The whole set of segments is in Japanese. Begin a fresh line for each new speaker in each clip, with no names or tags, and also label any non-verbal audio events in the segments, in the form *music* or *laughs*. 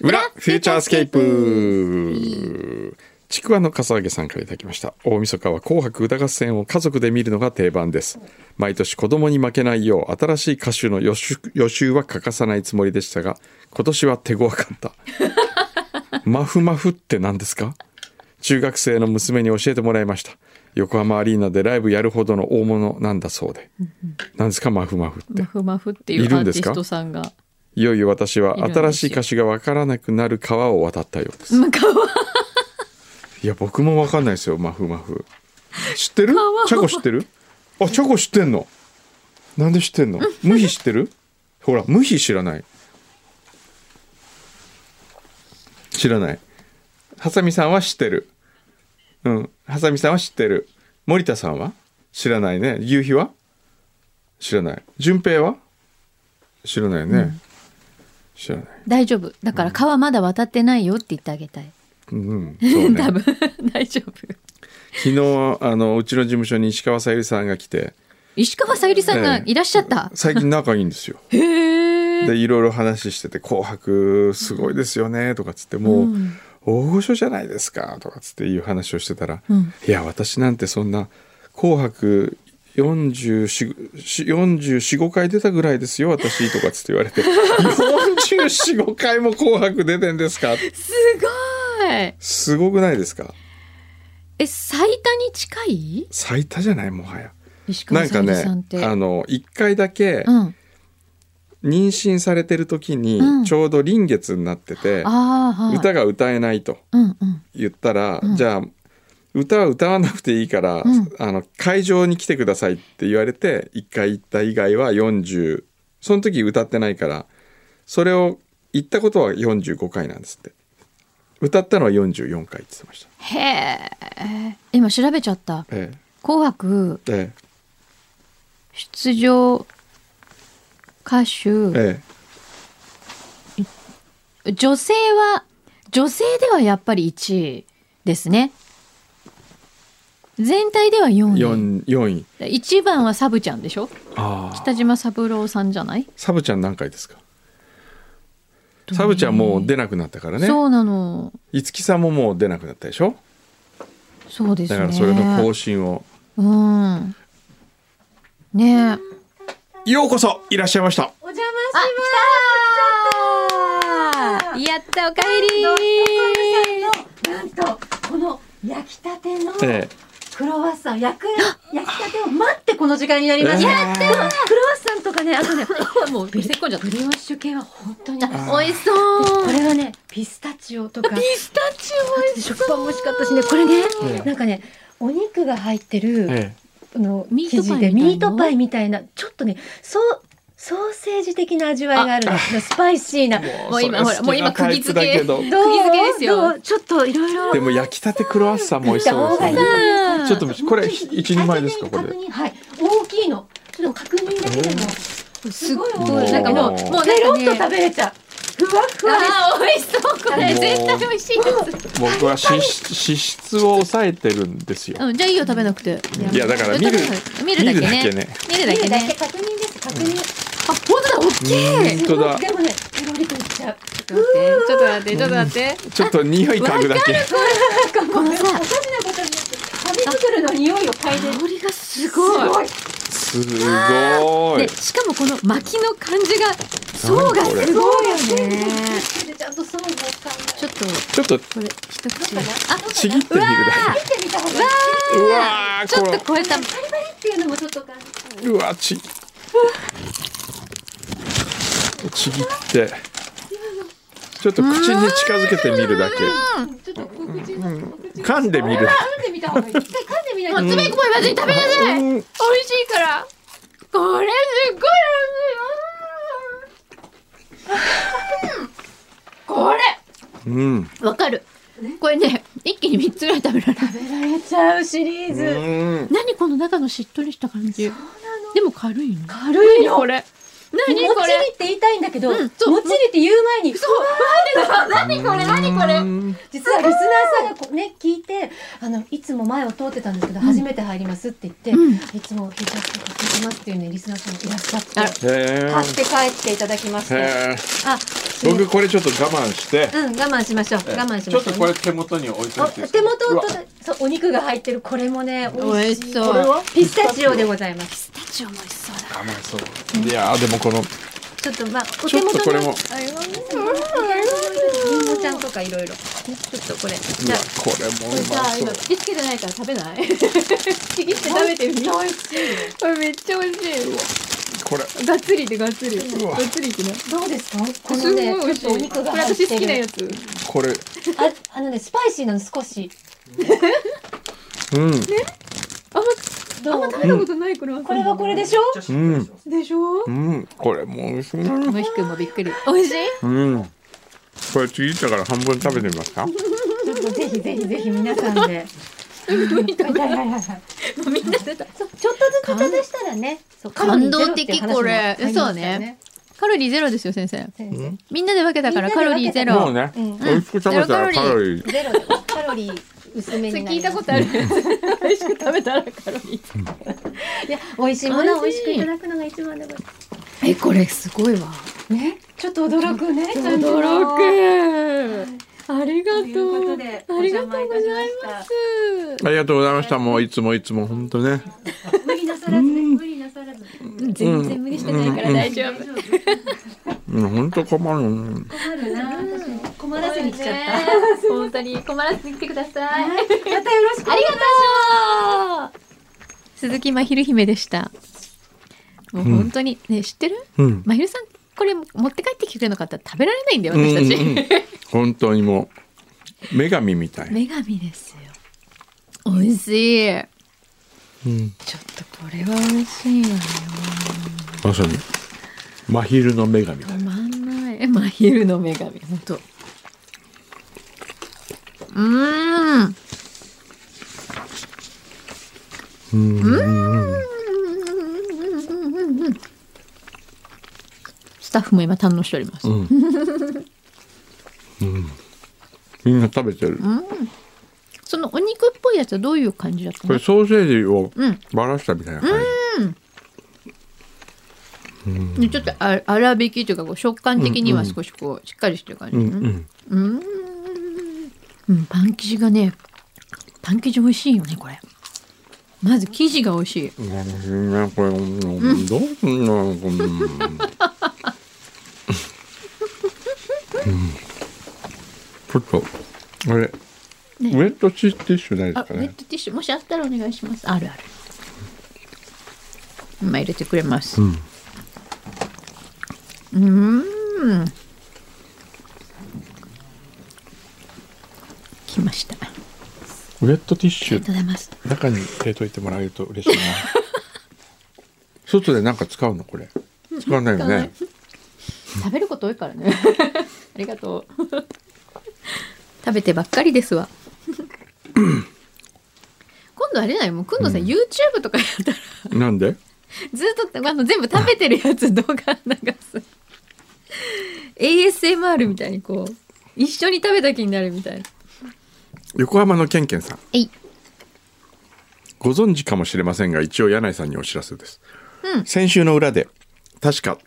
フューチャースケープちくわのかさあげさんからいただきました大晦日は「紅白歌合戦」を家族で見るのが定番です毎年子供に負けないよう新しい歌手の予習予習は欠かさないつもりでしたが今年は手強かった *laughs* マフマフって何ですか中学生の娘に教えてもらいました横浜アリーナでライブやるほどの大物なんだそうで何ですかマフマフって
マフマフっていう
い
ア
るん
ー
で
テ
す
ィ
か
ストさんが。
いよいよ私はい
るんですよ
新しい歌詞がわからなくなる川を渡ったようです。いや僕もわかんないですよ。マフマフ。知ってる？
川を
チャコ知ってる？あチャコ知ってんの？なんで知ってんの？無比知ってる？ほら無比知らない。知らない。ハサミさんは知ってる。うん。ハサミさんは知ってる。森田さんは知らないね。夕日は知らない。順平は知らないよね。知らない。
大丈夫。だから川まだ渡ってないよって言ってあげたい。
うん、そう
*laughs*
ね
多。分大丈夫。
昨日あのうちの事務所に石川さゆりさんが来て、
石川さゆりさんがいらっしゃった。
最近仲いいんですよ。
へえ。
でいろいろ話してて「紅白すごいですよね」とかっつってもう。大御所じゃないですかとかっつっていう話をしてたら「
うん
いや私なんてそんな「紅白4445回出たぐらいですよ私」とかっつって言われて「445回も紅白出てんですか?」
すごい。
すごくないですか
え最多に近い？
最多じゃないもはや。
石川
なん
さ
か
ゆり
ね
さんって。
あの1回だけ
うん。
妊娠されてる時
うん
にちょうど臨月になってて、
ああはい。
歌が歌えないと
うんうん。
言ったら、
うん
じゃあ歌は歌わなくていいから、
うん
あの会場に来てくださいって言われて1回行った以外は40その時歌ってないからそれを行ったことは45回なんですって歌ったのは44回って言ってました。
へえ。今調べちゃった。
ええ
紅白
え
出場歌
え
手
え
女性は女性ではやっぱり1位ですね全体では
え、
4
4, 4位
位1番はサブちゃんでしょ
ああ
北島三郎さんじゃない
サブちゃん何回ですかサブちゃんもう出なくなったからね
そうなの
五木さんももう出なくなったでしょ
そうです
だ
ね
からそれの更新を、
うんねえ
ようこそいらっしゃいました
お邪
あ
魔し
来たやったおかえり
ます。なんとこの焼きたての
え
クロワッサン、焼く焼きたてを待ってこの時間になりました。
やった
クロワッサンとかね、あとね、
*laughs* もうせ込んじゃった
ブリオッシュ系は本当に
あ
美味しそう
これはね、ピスタチオとか、
ピスタチオ
食パンも美味しかったしね、これね、
ええ
なんかね、お肉が入ってる、
え
あの
ミート
生
パイみたい
地で
な
ミートパイみたいなちょっとねそうソーセージ的な味わいがあるんですよスパイシー
*laughs*
などう
え
もう今
それ
ほらもう今
好きなタイプだど
釘付けですよ
どうちょっといろいろ
でも焼きたてクロワッサンも美味しそうです
行った方がいい
ね
うん
ちょっとこれ一人前ですかこ
確
れ
認はい大きいのちょっと確認だけでも
す
す
っご
ごい
い
多
おー
い
なんかもうもう
ペロッ
な
と
んか
食べれちゃうふわっふわです
あー美味しそうこれ
もう
絶対美味しいや
僕は脂質脂質を抑えてるんですよ
つ、うん、じゃあいいよ食べなくて
いやだから見る
見るだけね
見るだけね
見るだ
見
け
るだけ
ね
確認です確認
あ本当だ大きい
本当だ
でもねペロリといっちゃう
ちょっと待ってちょっと待ってちょっと待って
ちょっと匂い嗅ぐだけ
なんかもうおかし
さ
なことになって紙袋の匂いを嗅いで
香りがす
すご
ご
い
い
すごい
でしかもこの巻きの感じが層がすごい
すごいよ
よね
ね。ちゃんとそういう感じ
ちょっと
ちょっと
これ一口
あ、
ちぎってみるだ
見てみた方がいい。
けうわ
あち
ー
ょっ
ことれ
超えた
パリパリっていうのもちょっと感じる。
うわちちぎってちょっと口に近づけてみるだけ
ちょっとお口に、お口に。
噛んでみる
噛んでみた方がいい。一回噛んでみないと。
つべこまずに食べなさい、
うん
美味しいからこれすっごい美味しい
これ。
うん
うんわかるこれね一気に三つぐらい食べられる
食べられちゃうシリー
う
ズ。
ん
何この中のしっとりした感じでも軽いの
軽い
こ
の。
れ何
も
こ
っちり
れ
って言いたいんだけど、
うん
もっ
そう
ちりって言う前に、
そう待ってた何これ何これ
うん
実はリスナーさんがこうね、聞いて、あの、いつも前を通ってたんですけど、初めて入りますって言って、
うん
いつも聞いてます、聞いてますっていうね、リスナーさんがいらっしゃって、
あ
へえ
買って帰っていただきました。
へえ
あ、
僕これちょっと我慢して
うん、我慢しましょう。我慢し
ちょ
ま
っ
しょ
と
う。
これ手元に置いとい
お
ていいです
手
か
元
う
を
わ
とそうお肉が入ってるこれもね美味しい
美味しそうこれ
は
ピスタチオでございます
タチオも美味しそうだ
あまあそういやーでもこの
ちょっとまあお
ちょ
手
っと
元
これも
あれはねりんごちゃんとかいろいろちょっとこれ
う
じゃ
わ
あ
これも
これ
うま
さ
そう
今引きつけてないから食べない引き切って食べてみ
美味しい
これめっちゃ美味し
これ
いがっつりでがっつり
うわ
がっつりいきな
どうですかこ
すご
の
い
ね
美味し
ち
い
ょっとお肉が
これ
入っ
私
てる
好きなやつ
これ
ああのねスパイシーなの少し
うん
あんまあん
ど
ま
う
食べたことないこれは
これはこれでしょ
うん
でしょ
うんこれも美味しいな
むひくんもびっくり美味しい
うんこれちぎったから半分食べてみますか
ちょっとぜひぜひぜひ皆さんではいはいはいはい
みんな出た
そうちょっとずつ潰したらねそう
感動的
カロリーゼロっていう話もありましたよ
これそうねカロリーゼロですよ先生
先生
みんなで分けたからカロリーゼ
もう
ロ
ね
うん
美味しく食べたらカロリー
ゼロでカロリー薄
*laughs*
め
それ
にな
聞
り
いた
ます
ことある美味しく食べたらカロリー
いや美味しいものを
美
美味
味
し
しい
くいただくのが一番だから
えこれすごいわ
ねちょっと驚くね
驚くありがと
と
う
いうことで
ありがとうございます
ありがとうございましたもういつもいつも本当ね
無理なさらずね無理なさらず
全然無理してないから大丈夫
うん本当困るうん
困るな私も困らずに来ちゃった、
ね本当に困らずに来てください
はいまたよろしく
ありがとう鈴木まひる姫でした。もう本当に、ね、知ってる
うん
まひるさん、これ持って帰ってきてくれなかったら食べられないんだよ、
うん
私たち。
うん本当にもう女神みたい
女神ですよ。美味しい。
うん
ちょっとこれは美味しいわよ。
まさに真昼の女神だ
たまんない。 *laughs* まひるの女神、本当。うーん。スタッフも今堪能しております。
うん、うんみんな食べてる、
そのお肉っぽいやつはどういう感じだった
これ
の？
ソーセージを
うん
ばらしたみたいな感
でちょっとあ粗挽きというかこう食感的には少しこうしっかりしてる感じ
じ、う
ね。
んうん、
うん、うん、パン生地がね、パン生地美味しいよねこれ。まず生地が美味しい。
美味しいねこれ、うん、どうすんのこんなのうんちょっとあれ、
ね
ウェットチーティッシュないで
あ
す、か
ウェッ
ね
トティッシュもしあったらお願いします。あるある。今入れてくれます。
うん
うん。来ました。あ
ウェットティッシ
りが
ュ
とうございます。
中に入れといてもらえると嬉 *laughs* しいな外でなんか使うのこれ使わないよね
食べること多いからね。 *laughs* ありがとう。 *laughs* 食べてばっかりです
*laughs*
わ。今度あれだよ、もう、くんのさん、YouTube とかやったら、
なんで
ずっと、あの、全部食べてるやつ動画流す。ASMR みたいにこう、一緒に食べた気になるみたいな。
横浜のケンケンさん
えい。
ご存知かもしれませんが一応柳井さんにお知らせです、先週の裏で確か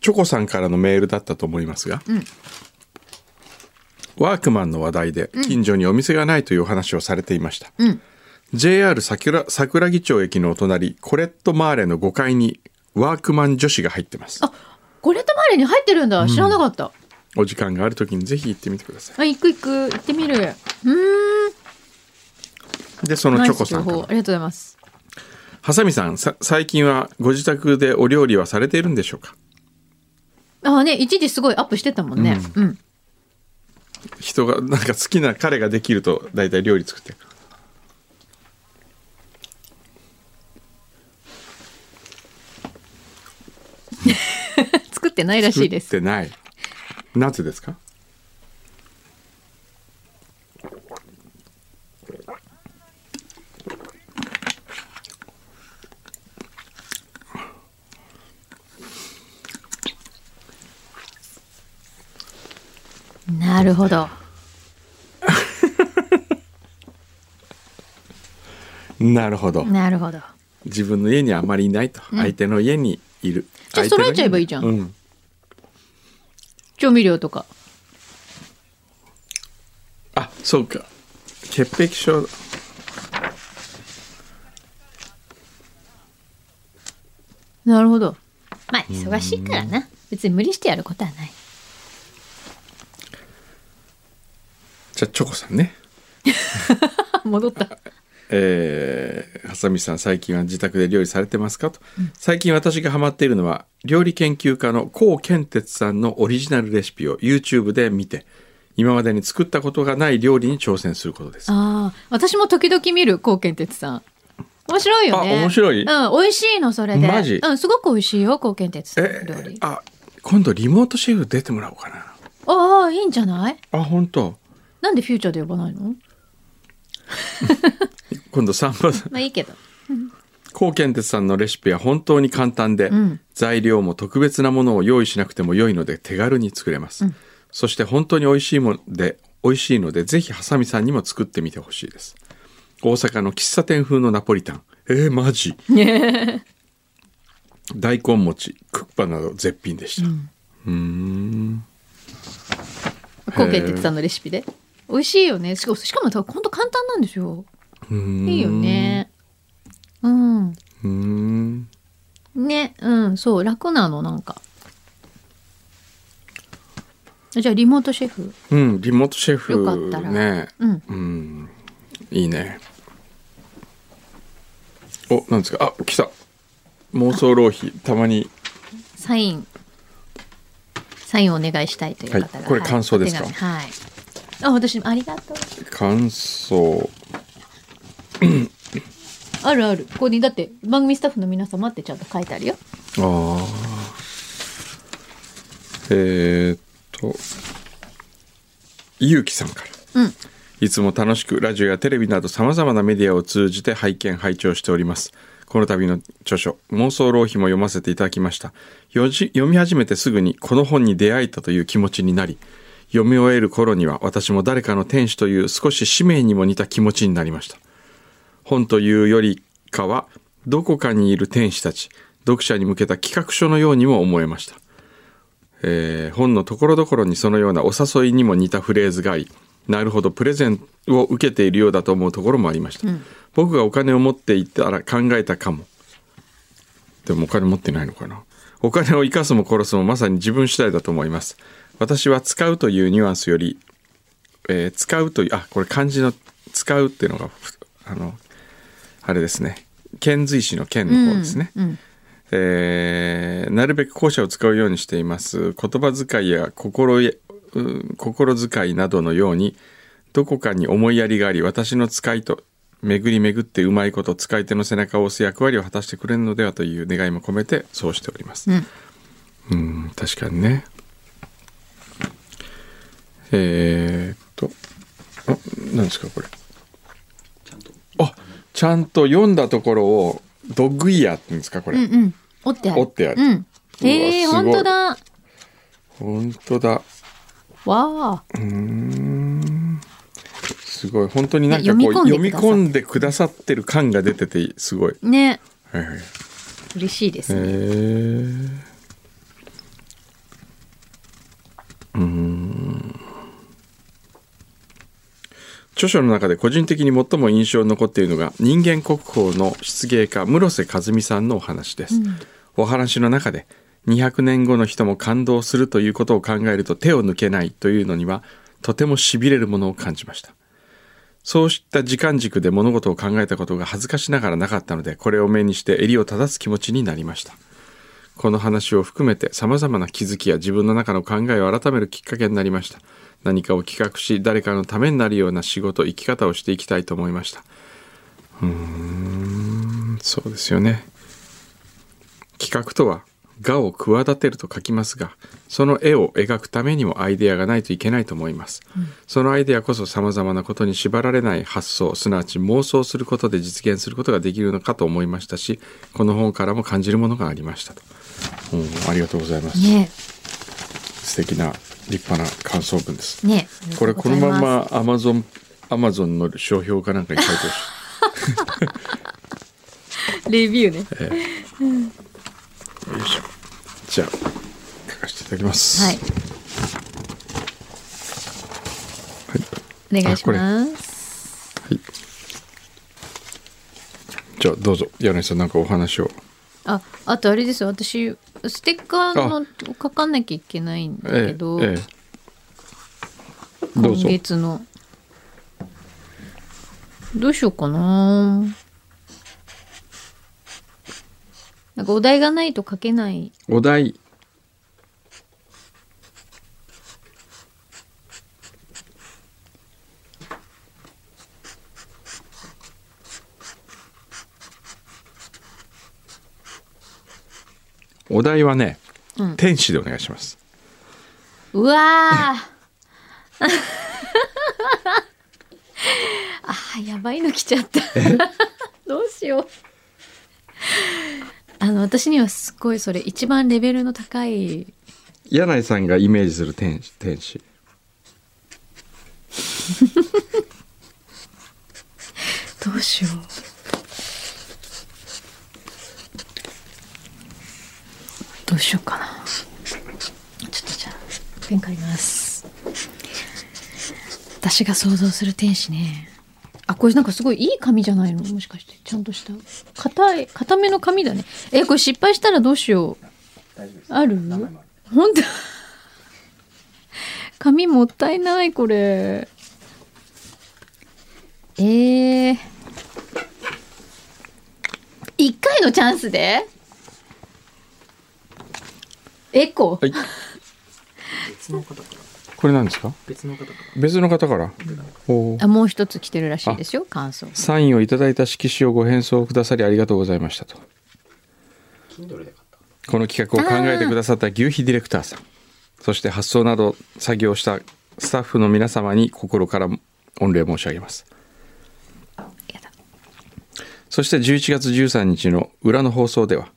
チョコさんからのメールだったと思いますが、ワークマンの話題で近所にお店がないというお話をされていました、JR 桜桜木町駅のお隣コレットマーレの5階にワークマン女子が入ってます
あ、ゴレットマーレに入ってるんだ。知らなかった。
お時間がある時にぜひ行ってみてくださ
あ、行く行く。行ってみる。うーん。
いでその
ナ
チ
イ
ョコ
ス
さ
情
んか
報。あ
ら
りがとうございます。
ハサミさんさ最近はご自宅でお料理はされているんでしょうか
ああね、一時すごいアップしてたもんね。うん。
人がなんか好きな彼ができると大体料理作って
作ってないらしいです。
作ってないなぜですか
なるほど。
なるほど
なるほど。
自分の家にあまりいないと、相手の家にいる
じゃあ
相手の家に
揃えちゃえばいいじゃん
うん、
調味料とか。
あそうか潔癖症
なるほど。まあ忙しいからな。別に無理してやることはない。
じゃあチョコさんね
あ *laughs* 戻った。
えー、はさみさん最近は自宅で料理されてますかと、最近私がハマっているのは料理研究家の高健哲さんのオリジナルレシピを YouTube で見て今までに作ったことがない料理に挑戦することです
ああ、私も時々見る高健哲さん。面白いよね。
あ面白い
うん、美味しいのそれで。
マジ
うん、すごく美味しいよ高健哲さん
え
の料理。
あ今度リモートシェフ出てもらおうかな
ああいいんじゃない？
あ本当
なんでフューチャーで呼ばないの？
今度散歩
まあいいけど。
高健哲さんのレシピは本当に簡単で、
ん
材料も特別なものを用意しなくても良いので手軽に作れます、そして本当に美味しいもので美味しいのでぜひハサミさんにも作ってみてほしいです大阪の喫茶店風のナポリタンえー、マ
*laughs*
ジ大根餅クッパなど絶品でした、
高健哲さんのレシピで。美味しいよね。しかもしかもさ本当簡単なんですよ。いいよね。うん。
うーん
ね、うん、そう楽なのなんか。じゃあリモートシェフ。
うんリモートシェフ
よかったら
ね
うん。
うんいいねおなんですかあ来た妄想浪費たまに
サイン。サインをお願いしたいという方が。
はいこれ感想ですか
お手紙はい。あ、私ありがとう。
感想
あるある。ここにだって番組スタッフの皆様ってちゃんと書いてあるよ。
あーえーっとゆうきさんから
うん。
いつも楽しくラジオやテレビなど様々なメディアを通じて拝見拝聴しております。この度の著書、妄想浪費も読ませていただきました。よじ読み始めてすぐにこの本に出会えたという気持ちになり、読み終える頃には私も誰かの天使という少し使命にも似た気持ちになりました。本というよりかは、どこかにいる天使たち、読者に向けた企画書のようにも思えました。えー本のところどころにそのようなお誘いにも似たフレーズがありなるほどプレゼンを受けているようだと思うところもありました、僕がお金を持っていたら考えたかもでもお金持ってないのかなお金を生かすも殺すもまさに自分次第だと思います私は使うというニュアンスより、えー使うというあこれ漢字の使うっていうのがふあのあれですね遣隋使の剣の方ですね、
うん。
えーなるべく後者を使うようにしています言葉遣いや心やうん心遣いなどのようにどこかに思いやりがあり私の使いと巡り巡ってうまいこと使い手の背中を押す役割を果たしてくれるのではという願いも込めてそうしております
うん
うん確かにねえー、っとあ何ですかこれあちゃんと読んだところをドッグイヤーって言うんですかこれ、
うんうん。折ってある。
折ってある
うん。ええー、
うわすごい
本当だ。わ
本当だ
あ。
すごい本当になんか
ね
こう読
読
み
み
込
込
んでくださってる感が出ててすごい、
ね。
はいはい、へ
嬉しいですね。
え著書の中で個人的に最も印象に残っているのが人間国宝の漆芸家室瀬和美さんのお話です、お話の中で200年後の人も感動するということを考えると手を抜けないというのにはとてもしびれるものを感じましたそうした時間軸で物事を考えたことが恥ずかしながらなかったのでこれを目にして襟を正す気持ちになりましたこの話を含めて様々な気づきや自分の中の考えを改めるきっかけになりました。何かを企画し、誰かのためになるような仕事、生き方をしていきたいと思いました。うーん、そうですよね。企画とは、画を企てると書きますが、その絵を描くためにもアイデアがないといけないと思います。そのアイデアこそ様々なことに縛られない発想、すなわち妄想することで実現することができるのかと思いましたし、この本からも感じるものがありましたと。うんありがとうございます。
ね。
素敵な立派な感想文です。
ね
これこのまん
あ
まアマゾンアマゾンの商標かなんかに書いてほしい。
りがとうございますレビューね
よいしょじゃあ書かせていただきます。
はいお願いします
はいじゃあどうぞ柳井さんなんかお話を。
ああとあれですよ私ステッカーの書かなきゃいけないんだけど、
ええええどう
今
ぞ。
月のどうしようかななんかお題がないと書けない
お題お題はね、
うん
天使でお願いします
うわ
*laughs*
ーあーやばいの来ちゃった *laughs* どうしようあの私にはすごいそれ一番レベルの高い
柳井さんがイメージする天使天使
どうしよう。どうしようかな。ちょっとじゃあ、ペン借ります。私が想像する天使ね。あ、これなんかすごいいい紙じゃないのもしかして。ちゃんとした。硬い、硬めの紙だね。え、これ失敗したらどうしよう。ある本当 *laughs* 紙もったいない、これ。ええ一回のチャンスでエコ、
はい
別の方から
これなんですか
別の方から
別の方からおー
あもう一つ来てるらしいですよ感想
サインをいただいた色紙をご返送くださりありがとうございましたと
Kindle で買った
この企画を考えてくださった牛皮ディレクターさんそして発送など作業したスタッフの皆様に心から御礼申し上げます
やだ
そして11月13日の裏の放送では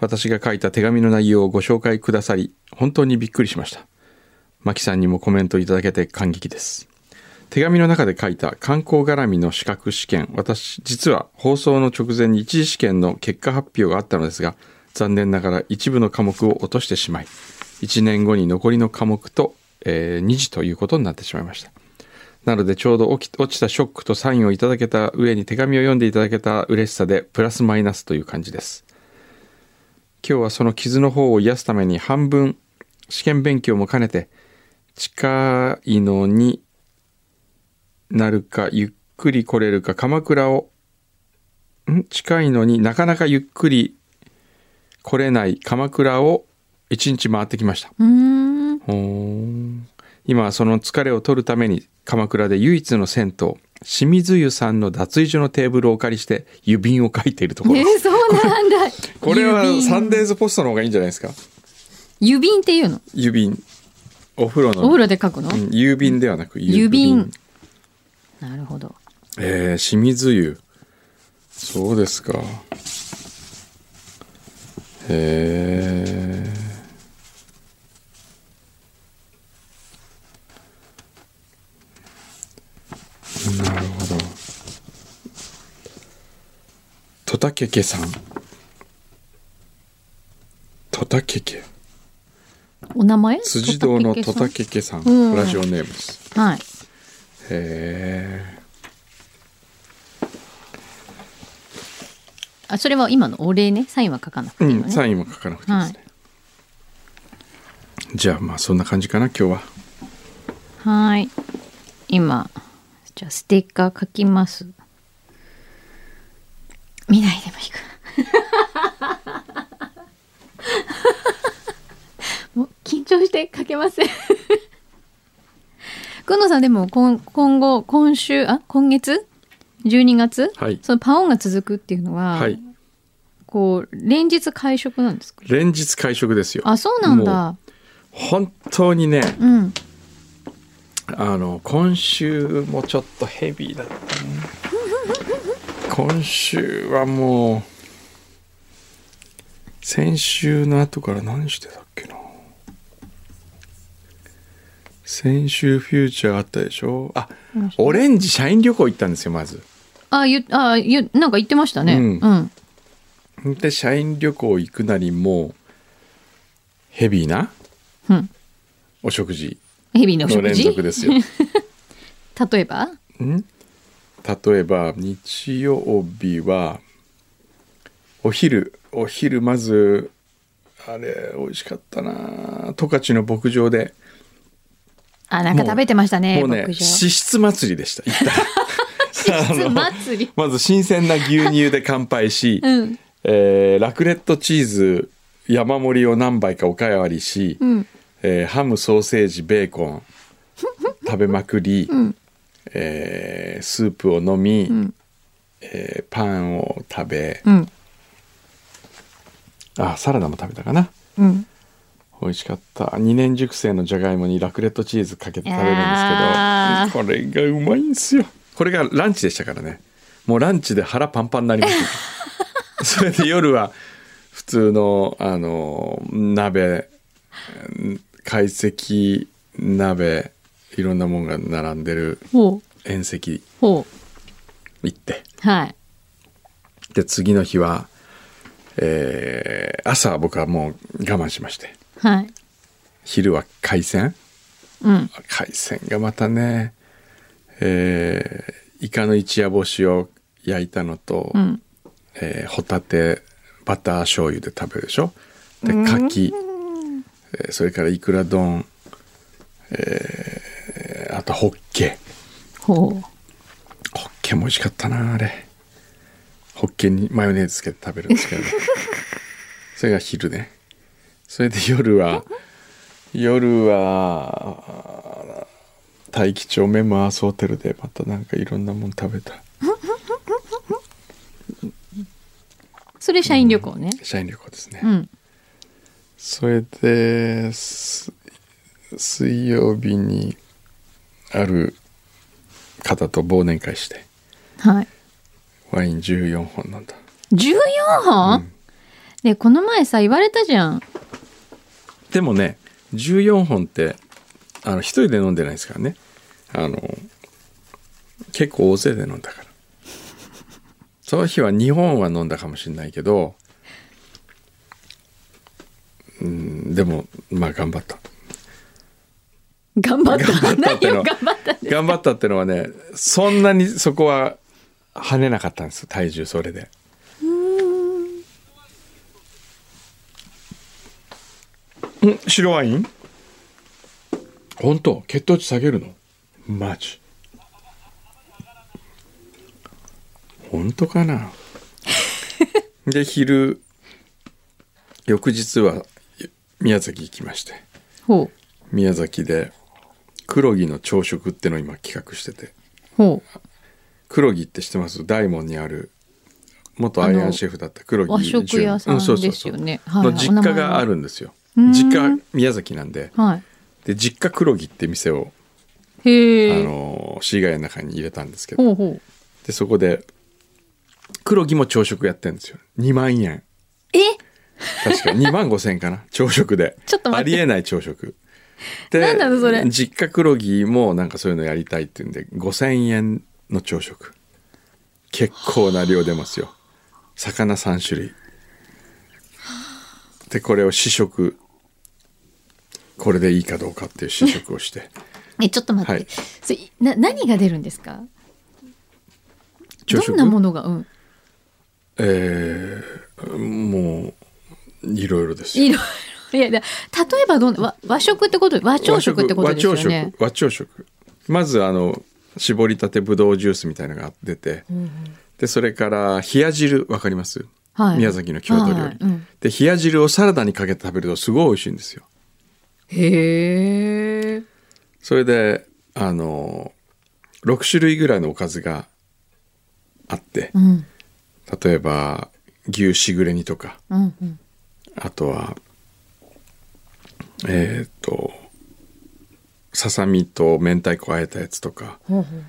私が書いた手紙の内容をご紹介くださり本当にびっくりしましたマキさんにもコメントいただけて感激です手紙の中で書いた観光絡みの資格試験私実は放送の直前に一次試験の結果発表があったのですが残念ながら一部の科目を落としてしまい1年後に残りの科目と、え2次ということになってしまいましたなのでちょうど起き落ちたショックとサインをいただけた上に手紙を読んでいただけた嬉しさでプラスマイナスという感じです今日はその傷の方を癒すために半分試験勉強も兼ねて近いのになるかゆっくり来れるか鎌倉をん近いのになかなかゆっくり来れない鎌倉を一日回ってきました
うーん
ほーん今はその疲れを取るために鎌倉で唯一の銭湯清水湯さんの脱衣所のテーブルをお借りして湯便を書いているところ
え
です、
そうなんだ
*laughs* これ
郵
は
便
サンデーズポストの方がいいんじゃないですか
郵便っていうの
湯便お風呂の
お風呂で書くの、
うん郵便ではなく
郵便なるほど
えー、清水湯そうですかへえなるほどトタケケさんトタケケ
お名前
辻堂のトタ
た
ケケさん
うん
ラジオネームです
はい
へえ
あそれは今のお礼ねサインは書かなくていいのね、
うん、サインも書かなくていいですね、じゃあまあそんな感じかな今日は
はい。今、じゃあステッカー書きます。見ないでもいいから。もう緊張して書けません。 *laughs* くんのさんでも今今後、今週、あ、今月 ?12 月、
はい
そのパオンが続くっていうのは、
はい
こう、連日会食なんですか
連日会食ですよ
あ、そうなんだ。
本当にね
うん。
あの今週もちょっとヘビーだった
*laughs*
ね今週はもう先週の後から何してたっけな先週フューチャーあったでしょあ
りました
オレンジ社員旅行行ったんですよまず
あ、ゆ、あ、ゆ、なんか言ってましたね。
う
うんん。
で社員旅行行くなりもうヘビーな
うん
お食事
ヘビーのお
の
食
連
事。
続です
*laughs*
よ。ん
例えば。
例えば日曜日はお昼お昼まずあれ美味しかったな十勝の牧場で
あ、なんか食べてましたね。
もうね
牧場。
脂質祭りでした行った
*laughs*
*laughs*
質祭り。
まず新鮮な牛乳で乾杯し、
*laughs* うん。
えーラクレットチーズ山盛りを何杯かおかわりし、
うん。
えーハムソーセージベーコ
*laughs*
ン食べまくり、
ん
えースープを飲み、
ん
えーパンを食べ
うん。
あサラダも食べたかな
うん。
美味しかった二年熟成のじゃがいもにラクレットチーズかけて食べるん
いや
ですけどこれがうまいんですよこれがランチでしたからねもうランチで腹パンパンになりました
*laughs*
それで夜は普通のあの鍋うん懐石鍋いろんなもんが並んでる
ほう。
宴席
ほ
行って
う。はい。
で次の日は、えー朝は僕はもう我慢しまして
はい。
昼は海鮮
うん。
海鮮がまたねえーイカの一夜干しを焼いたのと、
うん。
えーホタテバター醤油で食べるでしょで牡蠣、えーそれからイクラ丼、えーあとホッケ
ほう。
ホッケも美味しかったなあれホッケにマヨネーズつけて食べるんですけど
*laughs*
それが昼ねそれで夜は夜は大気町メモアースホテルでまたなんかいろんなもん食べた
それ社員旅行ね。
社員旅行ですね、
うん。
それです水曜日にある方と忘年会して
はい。
ワイン14本飲んだ
14本、ねこの前さ言われたじゃん
でもね14本ってあの一人で飲んでないですからねあの結構大勢で飲んだからその日は2本は飲んだかもしれないけどうんでもまあ頑張った
頑張った
張ったって
何
の
を頑張ったんです
*laughs* 頑張ったってのはねそんなにそこは跳ねなかったんです体重それでうん白ワイン本当血糖値下げるのマジ本当かなで昼翌日は宮崎行きまして
ほう
宮崎で黒木の朝食ってのを今企画してて
ほう
黒木って知ってます大門にある元アイアンシェフだった黒木
和食屋さん
うそうそう
で
そ
す
う
よねはい
の
はい
実家があるんですよ
ん
実家宮崎なんで
はい
で実家黒木って店をあ
へえ
の市街の中に入れたんですけど
ほうほう
でそこで黒木も朝食やってるんですよ2万円
え
確か2万5千円かな朝食で
ちょっと待って
ありえない朝食で
なんなのそれ
実家黒木もなんかそういうのやりたいっていうんで5,000円の朝食結構な量出ますよ魚3種類でこれを試食これでいいかどうかっていう試食をして
えちょっと待って、
はい
それな何が出るんですか
朝食
*laughs* どんなものがうん
えーもういろいろですよ
いろいろいやいや例えばどんな和和食ってこと和朝食ってことですよね
和朝食和朝食まずあの絞りたてぶどうジュースみたいなのが出て、でそれから冷や汁わかります、
はい
宮崎の郷土料理、
はいうん
で冷や汁をサラダにかけて食べるとすごい美味しいんですよ
へえ
それであの6種類ぐらいのおかずがあって、
うん
例えば牛しぐれ煮とか
うんうん
あとはえっ、とささみと明太子あえたやつとか
ほうほう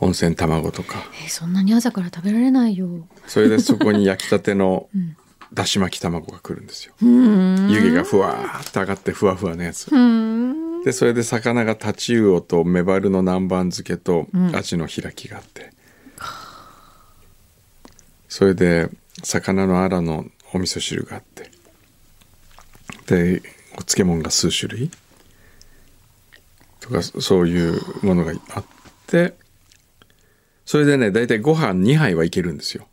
温泉卵とか
えそんなに朝から食べられないよ
それでそこに焼きたてのだし巻き卵が来るんですよ、
うーん
湯気がふわーって上がってふわふわのやつ、
うーん
でそれで魚がタチウオとメバルの南蛮漬けと
うん
アジの開きがあって、それで魚のアラのお味噌汁があってでお漬物が数種類とかそそういうものがあってそれでね大体ご飯2杯はいけるんですよ。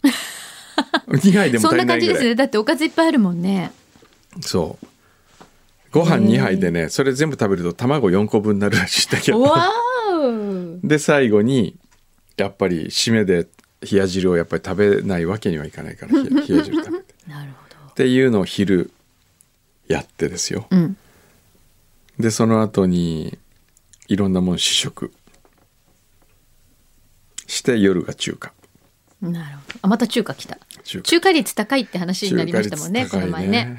2杯でも
そ
足
ん
り
な
ない
感
ぐ
じ
らい
ですねだっておかずいっぱいあるも
*laughs*
んね
そうご飯2杯でねそれ全部食べると卵4個分になるらしいんだけど
わー
で最後にやっぱり締めで冷や汁をやっぱり食べないわけにはいかない
*laughs*
から冷や冷や汁食べてっ
なるほど
ていうのを昼やってですよ
うん
でその後にいろんなもの試食して夜が中華
なるほどあまた中華来た
中
中華率高いって話になりましたもんね
中華
こ
率
の
高
前
い
ね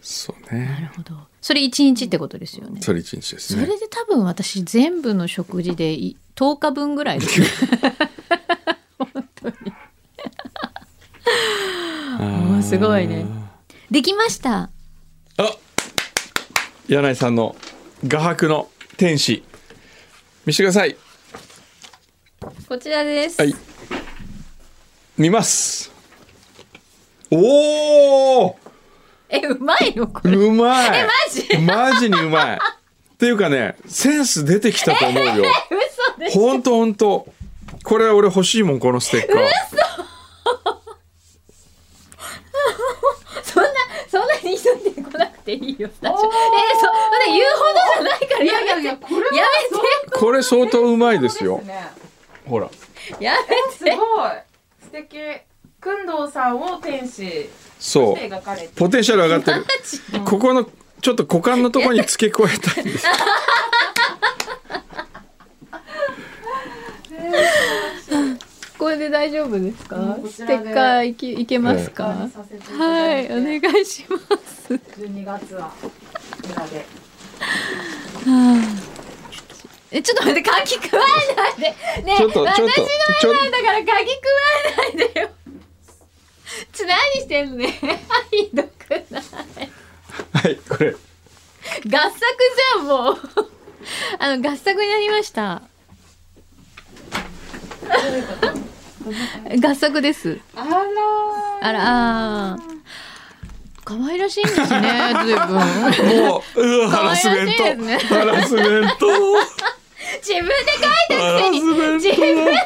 そう
*laughs* なる
ね
ほどそれ一日ってことですよね
それ一日です
そ
ね
れで多分私全部の食事でい10日分ぐらいですね
あ
うん
ー
すごいねできました
あ柳井さんの画伯の天使見してください
こちらです、
はい見ますおお
えうまいのこれ
うまい
え
マジマジにうまいっていうかねセンス出てきたと思うよ
嘘でしょ
ほんとほんとこれ俺欲しいもんこのステッカー
そんなそんなに急いでこなくていいよスタジオえー、そんな言うほどじゃないからやめて
いやいやこれ
や
これ相当うまいですよ
ね
ほら
めてや
す
め
ごい
て
素敵くんどうさんを天使
そう
で描かれて
ポテンシャル上がってるここのちょっと股間のところに付け加えたいんです
これで大丈夫ですか
うんこち
ステ
らで
ッカーいけいけますか、
させていた
は
だ
い
て
お願いします
12月はこちらで
えちょっと待って鍵食わないでねえ
ちょっとちょっと
私の絵
ちょっと
なんだから鍵食わないでよちょ何してんのね *laughs* ひどくない
*laughs* はいこれ
合作じゃんもう *laughs* あの合作になりました合作です
あら
あらあー可愛らしいんですね随分
もう、うわハ
可
ラ
愛
スメ
らしい
ン
です
ト。
ね
ハラスメント。
*laughs* 自分で書いたくせに
ハラス
自分で書い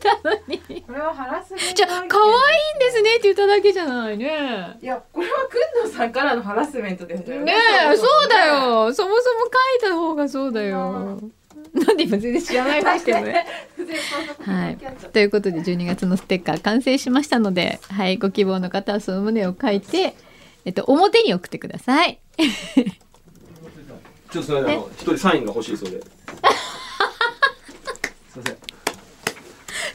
たのに
これはハラスメント
じゃ
案
あ
件
可愛いんですねって言っただけじゃないね
いやこれはくんどうさんからのハラスメントですよ
ねえそうだよそもそも書いた方がそうだよなんで今全然知らない話してるのねはい *laughs* ということで12月のステッカー完成しましたのではいご希望の方はその旨を書いてえっと表に送ってください *laughs*
ちょっとすみませんあの、一人サインが欲しい
*laughs*
そうで。すみません。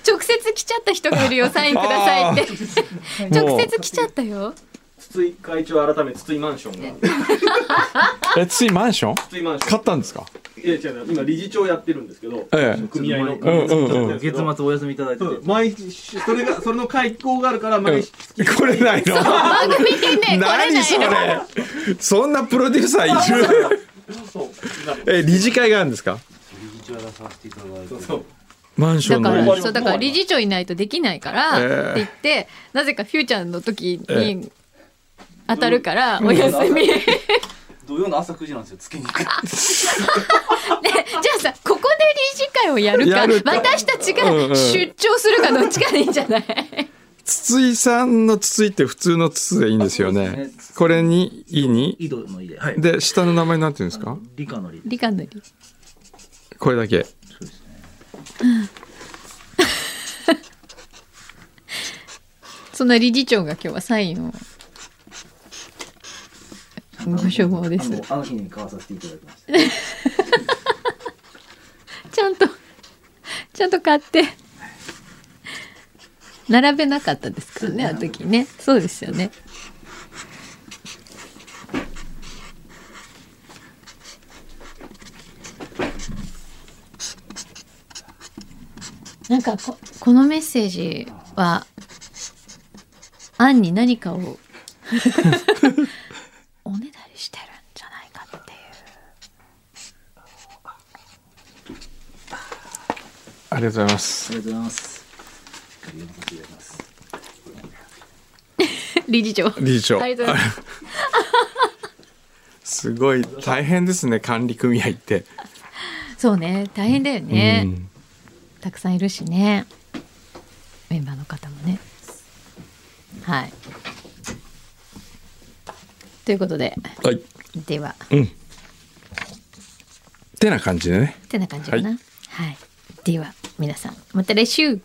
直接来ちゃった人がいるよサインくださいって *laughs* 直接来ちゃったよ
筒井会長改め筒井マンションが。
え、ついマンション。
筒井マンショ
買ったんですか。
ン。いや違うな、今理事長やってるんですけど。
ええ
組合の。
うんうんうん。
月末お休みいただいて
そう毎日それがそれの開口があるから毎日
これないの。
番組でね来れない
何
の
それ。そんなプロデューサーいる。
そう
え、理事会があるんですか。
そうそう
マンショ
だ
ン
か
の。
らそうだから理事長いないとできないからって言って、なぜかフューチャーの時に当たるからお休み、でじゃ
土曜の朝9時なんですよ月に
*laughs* あさここで理事会をやるか
やるか
私たちが
うんうん
出張するかどっちかでいいんじ
*laughs*
ゃない、
筒井さんの筒井って普通の筒でいいんですよ
そうで
ね
すね。
これに、いに。
井戸の井ではい
で、下の名前なんていうんですか。
理科の理
理科の理
これだけ。
その理事長が今日はサインをご所望です
あのあの日に買わさせていただきました
ちゃんとちゃんと買って並べなかったですからねあの時ねそうですよねなんかここのメッセージはアンに何か *laughs* をおねだりしてるんじゃないかっていう
ありがとうございます。
りがとうございます。しっかり読ませていただきます。
理事長。
理事長。
ありがとうございます。
すごい大変ですね、管理組合って。
そうね、大変だよね。
うん
たくさんいるしね。メンバーの方もね。はい。ということで、
はい。
では、
うん。ってな感じでね。
てな感じかな。はい。では、皆さん、また来週。